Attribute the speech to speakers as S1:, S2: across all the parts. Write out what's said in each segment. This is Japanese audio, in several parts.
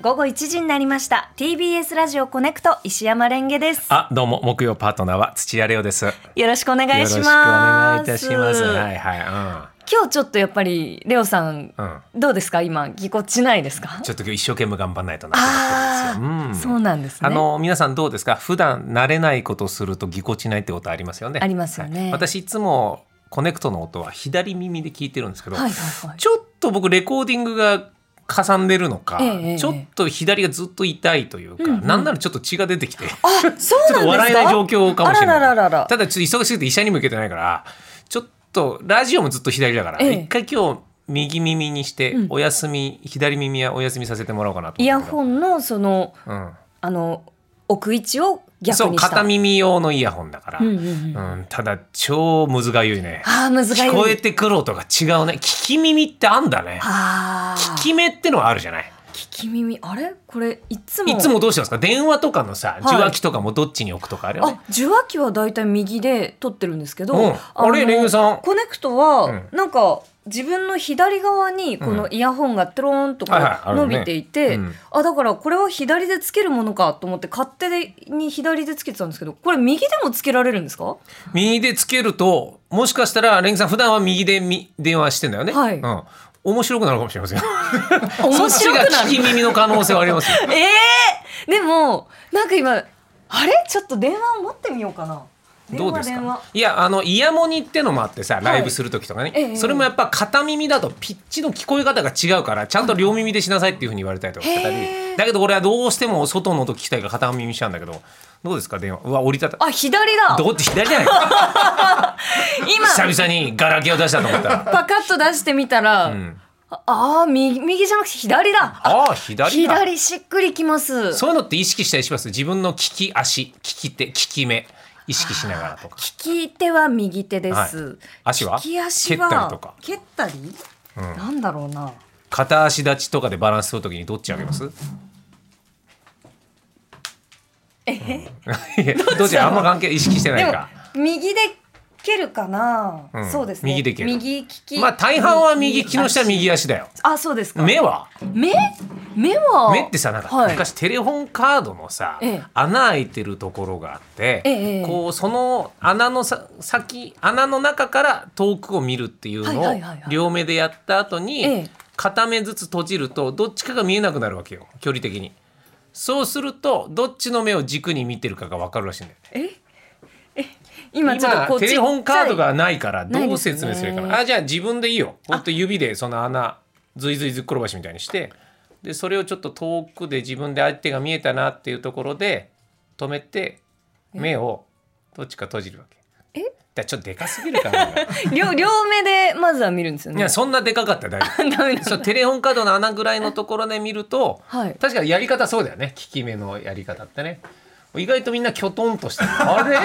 S1: 午後1時になりました TBS ラジオコネクト石山レンゲです
S2: あ、どうも木曜パートナーは土屋レオです。よ
S1: よろしくお願
S2: ろ
S1: い
S2: し
S1: し
S2: くお願
S1: ま
S2: いい
S1: す
S2: たします。はいは
S1: 今日ちょっとやっぱりレオさん
S2: い、うん、うん、
S1: どうですか今ぎこちないですか
S2: ちょっと今日一生懸命頑張らないとなと
S1: ああ、
S2: 思ってるんですよ。
S1: そう
S2: うん。
S1: なんですね
S2: あの皆さんどうですか普段慣れないことするとぎこちないってことありますよね
S1: ありますよね
S2: はい私いつもコネクトの音は左耳で聞いてるんですけど、
S1: はいはいはい
S2: ちょっと僕レコーディングがかさんでるのか、
S1: ええええ
S2: ちょっと左がずっと痛いというか、
S1: うんうん
S2: なんならちょっと血が出てきて
S1: あ、 そうなんですか
S2: ちょっと笑えない状況かもしれない
S1: あらららら
S2: ただちょっと忙しくて医者にも行けてないからちょっとラジオもずっと左だから、
S1: ええ
S2: 一回今日右耳にして
S1: うん
S2: お休み、左耳はお休みさせてもらおうかなと
S1: イヤ
S2: ン、
S1: ホンのその
S2: う
S1: あの置く位置を
S2: ん、
S1: 逆
S2: そう
S1: にした
S2: 片耳用のイヤホンだから、
S1: う
S2: うんん
S1: うんうんあ
S2: ただ超むずがゆいね
S1: あ難しい
S2: 聞こえてくる音が違うね聞き耳ってあんだね
S1: ああ
S2: 聞き目ってのはあるじゃない
S1: 聞き耳あれこれいつも
S2: いつもどうしてますか電話とかのさ
S1: い
S2: 受話器とかもどっちに置くとかあるよね
S1: あ受話器はだいたい右で取ってるんですけど、
S2: うんあれ
S1: の
S2: レンゲさん
S1: コネクトは、
S2: うん
S1: なんか自分の左側にこのイヤホンがトローンと
S2: はいはい
S1: か
S2: ある
S1: 伸
S2: ね
S1: びていて、
S2: うん
S1: あだからこれは左でつけるものかと思って勝手に左でつけてたんですけどこれ右でもつけられるんですか
S2: 右でつけるともしかしたらレンゲさん普段は右でみ電話してんだよね、
S1: はい
S2: うん、面白くなるかもしれませんよ
S1: 面白く
S2: そ
S1: な
S2: っちが聞き
S1: る
S2: 耳の可能性はありますよ
S1: えー、でもなんか今あれちょっと電話を持ってみようかな 電
S2: どう
S1: 話
S2: です
S1: 電話
S2: かいやあのイヤモニってのもあってさライブする時とかね、
S1: ええ
S2: それもやっぱ片耳だとピッチの聞こえ方が違うからちゃんと両耳でしなさいっていうふうに言われたりとかしてたり
S1: へえ
S2: だけど俺はどうしても外の音聞きたいから片耳にしちゃうんだけどどうですか電話うわ折りたた
S1: あ左だ
S2: どうって 左じゃないか
S1: 今
S2: 久々にガラケーを出したと思ったら、
S1: パカッと出してみたら、
S2: うん、
S1: ああー右右じゃなくて左だ
S2: ああ左だ
S1: 左しっくりきます
S2: そういうのって意識したりします自分の利き足利き手利き目意識しながらとか、
S1: 利き手は右手です、
S2: はい足は
S1: 利き足
S2: 蹴った
S1: は
S2: りとか
S1: 蹴ったり
S2: うん
S1: なんだろうな
S2: 片足立ちとかでバランス取るときにどっち上げます？え、いやどっちあんま関係意識してない
S1: でも
S2: か。
S1: 右で蹴るかな、
S2: うん
S1: そうですね
S2: 右で蹴る
S1: 右利き
S2: まあ大半は右利きの下は右足だよ。
S1: あそうですか
S2: 目は
S1: 目目は
S2: 目ってさなんか
S1: はい
S2: 昔テレホンカードのさ、
S1: ええ
S2: 穴開いてるところがあって、
S1: ええ
S2: こうその穴のさ先穴の中から遠くを見るっていうの
S1: はいは
S2: を
S1: いはいはい
S2: 両目でやった後に、
S1: ええ
S2: 片目ずつ閉じるとどっちかが見えなくなるわけよ距離的に。そうするとどっちの目を軸に見てるかが分かるらしいんだよね。
S1: ええ今ちょっとこう
S2: テレホンカード
S1: ちっ
S2: がないからどう説
S1: ないです
S2: 明
S1: すね
S2: るかなあじゃあ自分でいいよほんと指でその穴ずいずいずっ転ばしみたいにしてでそれをちょっと遠くで自分で相手が見えたなっていうところで止めて目をどっちか閉じるわけ
S1: え
S2: だちょっとでかすぎる かな
S1: ちゃい両両目でまずは見るんですよ
S2: い
S1: ね
S2: やそんなでかかったら大丈
S1: ダメだ
S2: 夫そうテレホンカードの穴ぐらいのところで見ると
S1: はい
S2: 確かにやり方そうだよね効き目のやり方ってね意外とみんなきょとんとしてるあれ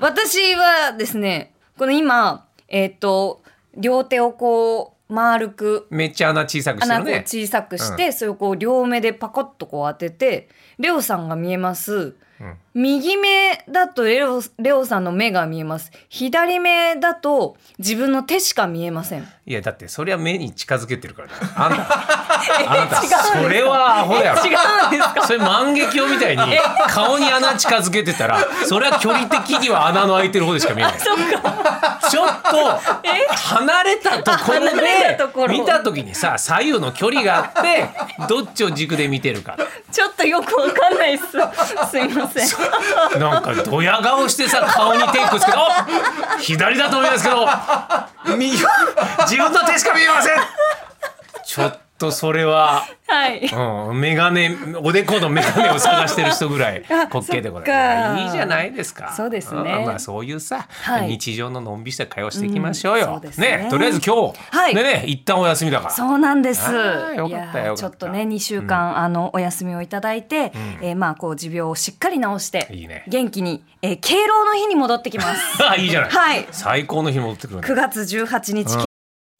S1: 私はですねこの今えっ、と両手をこう丸く
S2: めっちゃ穴小さくして
S1: 穴
S2: る
S1: を
S2: ね
S1: 小さくして、それをこう両目でパコッとこう当ててレオさんが見えます
S2: うん
S1: 右目だとレオレオさんの目が見えます左目だと自分の手しか見えません
S2: いやだってそれは目に近づけてるからだよ あなたあなた
S1: 違うんですか
S2: それはアホやろ
S1: 違うんですか
S2: それ万華鏡みたいに顔に穴近づけてたらそれは距離的には穴の開いてる方でしか見えない
S1: そっか
S2: ちょっと離れたところ
S1: 離れたところ
S2: で見た時にさ左右の距離があってどっちを軸で見てるか
S1: ちょっとよくわかんないっ すすいません
S2: なんかドヤ顔してさ顔にテンクつけてあ「左だと思いますけど右自分の手しか見えません!」ちょっとそれは。
S1: はい
S2: うん、メガネおでこのメガネを探してる人ぐらい
S1: あ
S2: 滑稽でご
S1: そっ
S2: ざいま
S1: か
S2: すいいじゃないですか
S1: そうですね
S2: んまあそういうさ、
S1: はい
S2: 日常ののんびりした会話していきましょうよ、
S1: うんそうですね
S2: とりあえず今日、
S1: はい
S2: ねね一旦お休みだから
S1: そうなんです。
S2: あーよかった
S1: いや
S2: よかった
S1: ちょっとね、二週間、あのお休みをいただいて、えーまあこう持病をしっかり治して、
S2: いいね
S1: 元気に、えー敬老の日に戻ってきま す。
S2: あいいじゃない、
S1: はい
S2: 最高の日戻ってくるね
S1: 9月18日、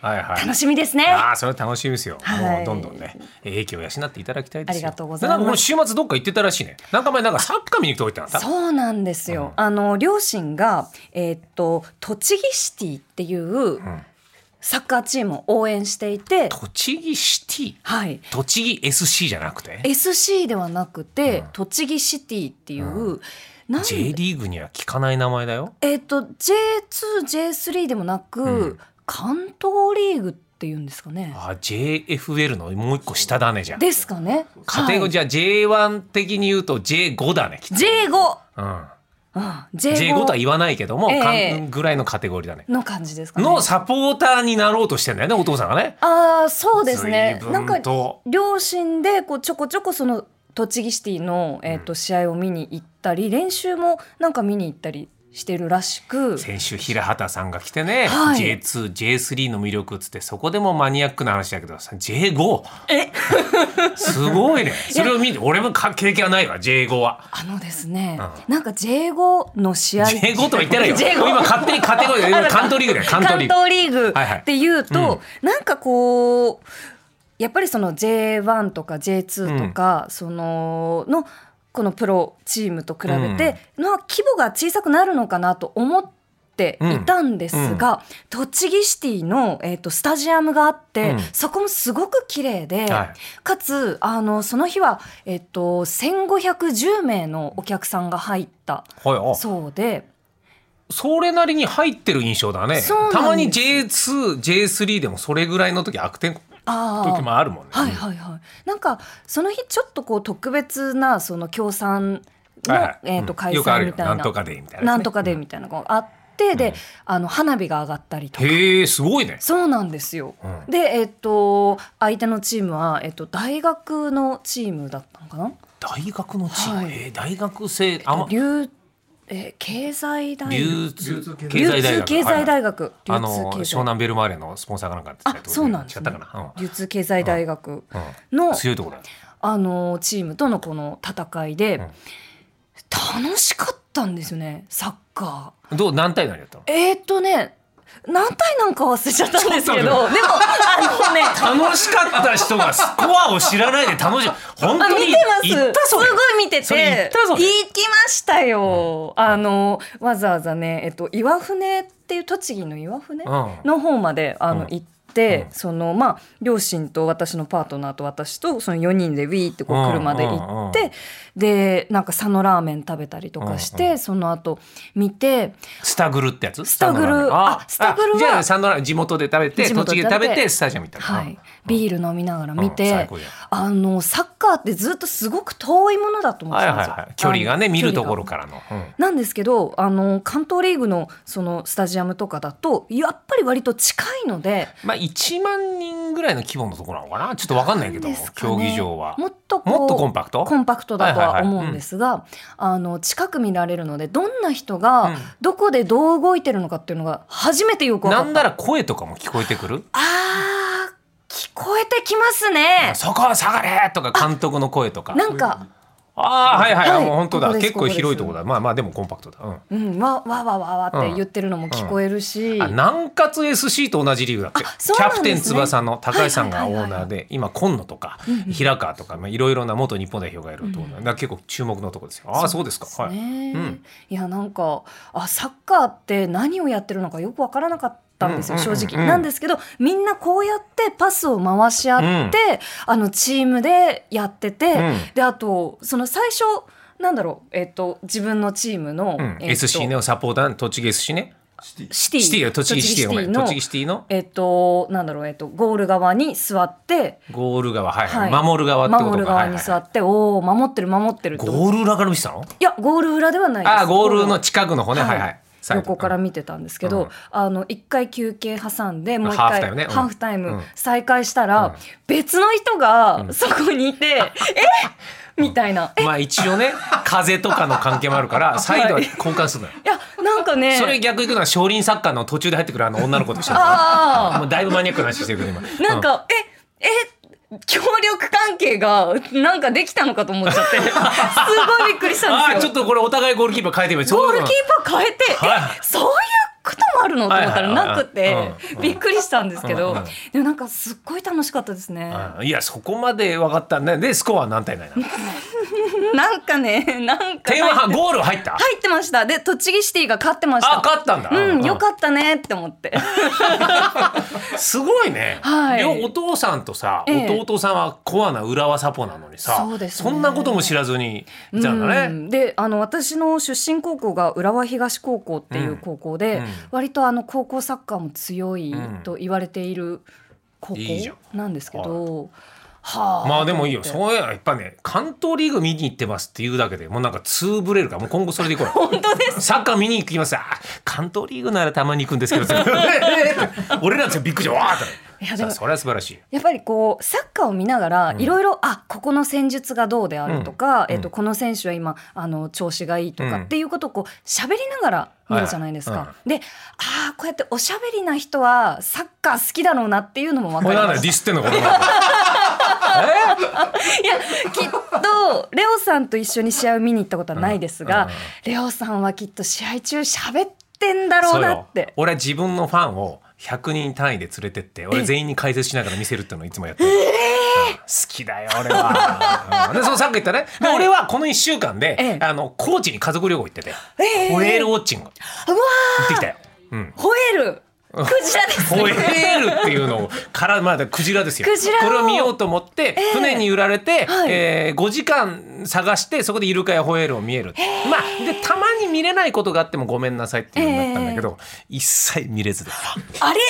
S2: はいはい
S1: 楽しみですね。
S2: ああそれ楽しみですよ、
S1: はい
S2: もうどんどんね影響を養っていただきたいです
S1: あ
S2: よ
S1: りがとうございます
S2: でなんかこの週末どっか行ってたらしいねなんか前なんかサッカー見に行くとこ行ったんだ
S1: そうなんですよ。あの両親がえーっと栃木シティっていうサッカーチームを応援していて、
S2: 栃木シティ
S1: はい。
S2: 栃木 SC じゃなくて
S1: SC ではなくて、栃木シティっていう、なんで
S2: J リーグには聞かない名前だよ
S1: えっ、と J2J3 でもなく、
S2: うん
S1: 関東リーグっていうんですかね。
S2: あ JFL のもう一個下だねじゃあ
S1: ですかね。
S2: カテゴ
S1: はい
S2: じゃあ J1 的に言うと J5 だねきっ
S1: J5、
S2: と、うん、
S1: うん、
S2: J5 とは
S1: J5
S2: 言わないけども、
S1: ええ
S2: かんぐらいのカテゴリーだね
S1: の感じですかね。
S2: のサポーターになろうとしてんだよねお父さんがね
S1: ああそうですね。
S2: 随
S1: なん
S2: 分
S1: か
S2: と
S1: 両親でこうちょこちょこその栃木シティの、えー、と試合を見に行ったり練習もなんか見に行ったりしてるらしく
S2: 先週平畑さんが来てね、
S1: はい
S2: J2J3 の魅力っつってそこでもマニアックな話だけどさ J5 すごいねそれを見て俺もか経験はないわ J5 は
S1: あのですね、なんか J5 の試合
S2: J5 とは言ってないよ
S1: J5
S2: もう今勝手にカテゴ リー関東リーグだよ関東
S1: 関
S2: リーグ
S1: 東リーグ
S2: はいはい
S1: っていうと、
S2: うん
S1: なんかこうやっぱりその J1 とか J2 とか、そののこのプロチームと比べての規模が小さくなるのかなと思っていたんですが、栃木シティの、えー、とスタジアムがあって、
S2: うん
S1: そこもすごく綺麗で、
S2: はい
S1: かつあのその日は、えっと1510名のお客さんが入った
S2: はいあ
S1: そうで。
S2: それなりに入ってる印象だね
S1: そうなんです
S2: たまに J2J3 でもそれぐらいの時悪天
S1: あー
S2: 時もあるもんね、
S1: はいはいはい。なんかその日ちょっとこう特別なその協賛の、
S2: はいはい
S1: えっ、と
S2: うん
S1: 開
S2: よくあ
S1: 催
S2: る
S1: み
S2: よ
S1: たいな、
S2: なんとかでみたいなね、
S1: なんとかでみたいなのがあって、であの花火が上がったりとか。
S2: へえすごいね
S1: そうなんですよ。
S2: う
S1: でえっ、と相手のチームはえっ、と大学のチームだったのかな。
S2: 大学のチーム、
S1: はい
S2: えー大学生あま
S1: 流えー経済大学。
S2: 流通経
S1: 流
S2: 済大
S1: 通
S2: 学
S1: 経済
S2: はい
S1: 大学。
S2: あ
S1: 流
S2: の
S1: 通経
S2: 湘
S1: 済。
S2: 南ベルマーレのスポンサーかなんかですね
S1: あ、そうなんです、
S2: 違
S1: ね
S2: ったか。
S1: 流通経済大学
S2: な、うん
S1: の
S2: 強いところだよ
S1: あのチームとのこの戦いで、楽しかったんですよねサッカ
S2: どう何対何だったの
S1: ーえーっとね何対なんか忘れちゃったんですけどで
S2: ちょっ
S1: も
S2: と
S1: あのね
S2: 楽しかった人がスコアを知らないで楽しい本
S1: あ
S2: 当
S1: 見
S2: に
S1: てます
S2: 行ったそれ
S1: すごい見て
S2: それ行
S1: て
S2: ったそれ
S1: 行きましたよあのわざわざね、えっと、岩船っていう栃木の岩船、
S2: うん
S1: の方まであの、
S2: うん
S1: 行って、
S2: うん
S1: そのまあ両親と私のパートナーと私とその4人でウィーってこ
S2: うん
S1: う車で行って、
S2: うんう
S1: でなんか佐野ラーメン食べたりとかして、
S2: うん
S1: その後見て
S2: スタグルってやつ
S1: スタグル
S2: サンドラーメン
S1: あスタグルは
S2: じゃあサンドラーメン地元で食べて
S1: 地元
S2: 栃
S1: で
S2: 木
S1: 食べ
S2: で
S1: て
S2: 食べてスタジアム行ったの
S1: はい、ビール飲みながら見
S2: うん
S1: て
S2: 最、高じゃ
S1: あのサッカーってずっとすごく遠いものだと思っ
S2: は
S1: て
S2: いは
S1: たんで
S2: い
S1: すよ。
S2: はい距離がね
S1: あの
S2: 見る
S1: 距離
S2: と
S1: が
S2: ころからの、うん
S1: なんですけどあの関東リーグのそのスタジアムとかだとやっぱり割と近いので
S2: まあ1万人ぐらいの規模のところなのかなちょっとわかんないけど、
S1: なんですかね
S2: 競技場は
S1: もっとこう
S2: もっとコンパクト
S1: コンパクトだと
S2: はい
S1: は
S2: はいはい
S1: 思うんですが、あの近く見られるのでどんな人
S2: うん
S1: がどこでどう動いてるのかっていうのが初めてよく分か
S2: な
S1: った。
S2: んなら声とかも聞こえてくる
S1: あー聞こえてきますね。
S2: そこは下がれとか監督の声とか
S1: なんか、
S2: ああはいはい、
S1: はい
S2: もう本当だ
S1: ここです
S2: 結構広いとこ
S1: ここ
S2: だまあまあでもコンパクトだ、う
S1: うん、わわわわわって言ってるのも聞こえるし、
S2: ん、あ南葛 SC と同じリーグだって、
S1: あ
S2: キ
S1: そうな
S2: ャ
S1: んです
S2: プ
S1: ね
S2: テン翼の高橋さんが
S1: は
S2: オ
S1: いはいはい
S2: ー
S1: はい
S2: ナーで今今野とか平川とかまあいろいろな元日本代表がいるところだから結構注目のとこですよああそうですかはい
S1: ね
S2: うん
S1: いやなんかあサッカーって何をやってるのかよくわからなかったんですよ、
S2: うんうんうん
S1: 正直、
S2: うん
S1: なんですけどみんなこうやってパスを回し合って、
S2: うん
S1: あのチームでやってて、
S2: うん
S1: であとその最初なんだろう、えっと自分のチームの、
S2: うん、
S1: えっと
S2: SC ねサポーターの栃木 SC ね
S1: シティ
S2: シティよ栃木シティごめん
S1: の
S2: 栃木シティの
S1: えっとなんだろう、えっとゴール側に座って
S2: ゴール側はい、はい
S1: はい
S2: 守る側ってことか
S1: 守る側に座
S2: はい
S1: って、おお守ってる守ってる
S2: はい
S1: と
S2: ゴール裏から見てたの
S1: いやゴール裏ではないです
S2: ああゴールの近くの方ねはいはいサイド
S1: 横から見てたんですけど、
S2: うん
S1: あの一回休憩挟んでもう一
S2: ハー
S1: 回
S2: フタイムねうん
S1: ハーフタイ
S2: うん
S1: ム再開したら、
S2: うん
S1: 別の人がそこにい て、えみたいな。えい
S2: まあ一応ね風とかの関係もあ るからサイドは交換するのよ、
S1: やなんかね
S2: それ逆行くのは少林サッカーの途中で入ってくるあの女の子として
S1: あ
S2: もうだいぶマニアックな話してるけど今
S1: あなん、か、ええ協力関係がなんかできたのかと思っち ゃってすごいびっくりしたん
S2: あ
S1: です
S2: ーちょ
S1: よ
S2: っとこれお互いゴールキーパー変えてみる
S1: ゴールキーパー変えて、
S2: はい
S1: えそういうこともあるのと思ったらなく
S2: はい
S1: て
S2: はいはいうん
S1: びっくりしたんですけ
S2: うん
S1: ど
S2: うん
S1: でもなんかすっごい楽しかったですね
S2: いやそこまで分かったねでスコアは何対何なの
S1: なんかね なんか
S2: 点はゴールは入った
S1: 入ってましたで栃木シティが勝ってました
S2: あ勝ったんだ
S1: うんよかったねって思 って
S2: すごいね、
S1: はい
S2: 両お父さんとさ、
S1: ええ
S2: 弟さんはコアな浦和サポなのにさ
S1: そうですね
S2: んなことも知らずにいたんだ
S1: う
S2: ね。
S1: んであの私の出身高校が浦和東高校っていう高校で、
S2: うんうん
S1: 割とあの高校サッカーも強い
S2: ん
S1: と言われている高校
S2: いいじゃん
S1: なんですけど、はあ
S2: まあでもいいよ
S1: と
S2: そ
S1: 思って
S2: ういうのはやっぱね関東リーグ見に行ってますっていうだけでもうなんかツーブレるからもう今後それでいこう 本当ですサッカー見に行きますあ関東リーグならたまに行くんですけど 俺らですよびっくりしてわーって
S1: いやでも
S2: さそれは素晴らしい
S1: やっぱりこうサッカーを見ながらいろいろあここの戦術がどうであるとか、
S2: うん
S1: えっとこの選手は今あの調子がいいとか
S2: うん
S1: っていうことをこう喋りながら見るじゃないですか。
S2: はいは
S1: でああこうやっておしゃべりな人はサッカー好きだろうなっていうのも分
S2: こ
S1: か
S2: れ
S1: り
S2: なん
S1: ま
S2: だ
S1: した
S2: よディスってんのかこ の
S1: いやきっとレオさんと一緒に試合を見に行ったことはないですが、
S2: うんうん
S1: レオさんはきっと試合中喋ってんだろ
S2: そうう
S1: な
S2: よ
S1: って
S2: 俺は自分のファンを100人単位で連れてって俺全員に解説しながら見せるっていうのをいつもやってる、うん好きだよ俺は、うんでそのさっき言ったね、で俺はこの1週間で、
S1: ええ
S2: あの高知に家族旅行行ってて、
S1: ええ
S2: ホエールウォッチング行
S1: うわ
S2: って きたよ、うん、
S1: ー吠えるクジラです
S2: ホエ
S1: ね
S2: ールっていうのをからまだクジラですよ
S1: クジラを
S2: これを見ようと思って、船に揺られて、
S1: はい
S2: えー5時間探してそこでイルカやホエールを見える、まあでたまに見れないことがあってもごめんなさいっていうようになったんだけど、一切見れずで
S1: あれ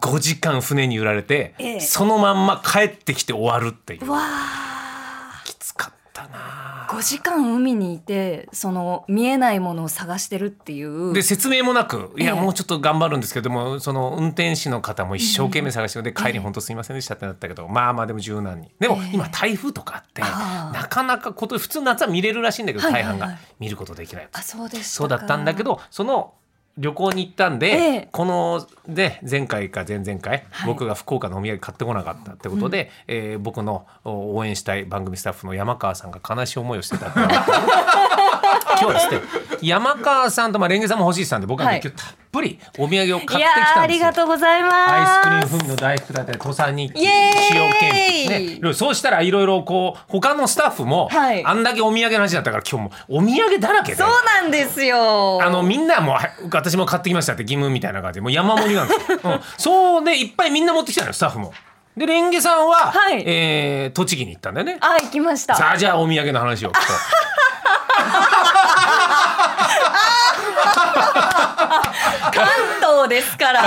S2: 5時間船に揺られて、
S1: ええ
S2: そのまんま帰ってきて終わるっていう
S1: うわー
S2: きつかったな
S1: 5時間海にいてその見えないものを探してるっていう
S2: で説明もなく「いや
S1: ええ
S2: もうちょっと頑張るんですけどでもその運転手の方も一生懸命探してで帰り本当すいませんでした」ってなったけどまあまあでも柔軟にでも
S1: ええ
S2: 今台風とかあって
S1: ああ
S2: なかなかこと普通夏は見れるらしいんだけど
S1: はいは
S2: 大
S1: いはい
S2: 半が見ることできない
S1: あそうでしたか
S2: そうだったんだけどその旅行に行ったんで、
S1: ええ
S2: こので前回か前々回、
S1: はい
S2: 僕が福岡のお土産買ってこなかったってことで、えー僕のお応援したい番組スタッフの山川さんが悲しい思い をしてたっていう今日はですね山川さんとまあレンゲさんも欲しいって言ってたんで僕は、ね
S1: はい
S2: 今日たっぷりお土産を買ってき
S1: いやー
S2: た
S1: あ
S2: んで
S1: り
S2: すよ
S1: が。とうございます
S2: アイスクリーム風味の大福だったり土佐日記
S1: イエーイ
S2: 塩けんぴねいろいろそうしたらいろいろこう他のスタッフも、
S1: はい
S2: あんだけお土産の話だったから今日もうお土産だらけで
S1: そうなんですよ
S2: あのみんなもうはい私も買ってきましたって義務みたいな感じでもう山盛りな んですよ、うん、そうねいっぱいみんな持ってきたのよスタッフもでレンゲさんは、
S1: はい
S2: えー栃木に行ったんだよね
S1: あ行きました
S2: さあじゃあお土産の話をきっと
S1: 関東ですから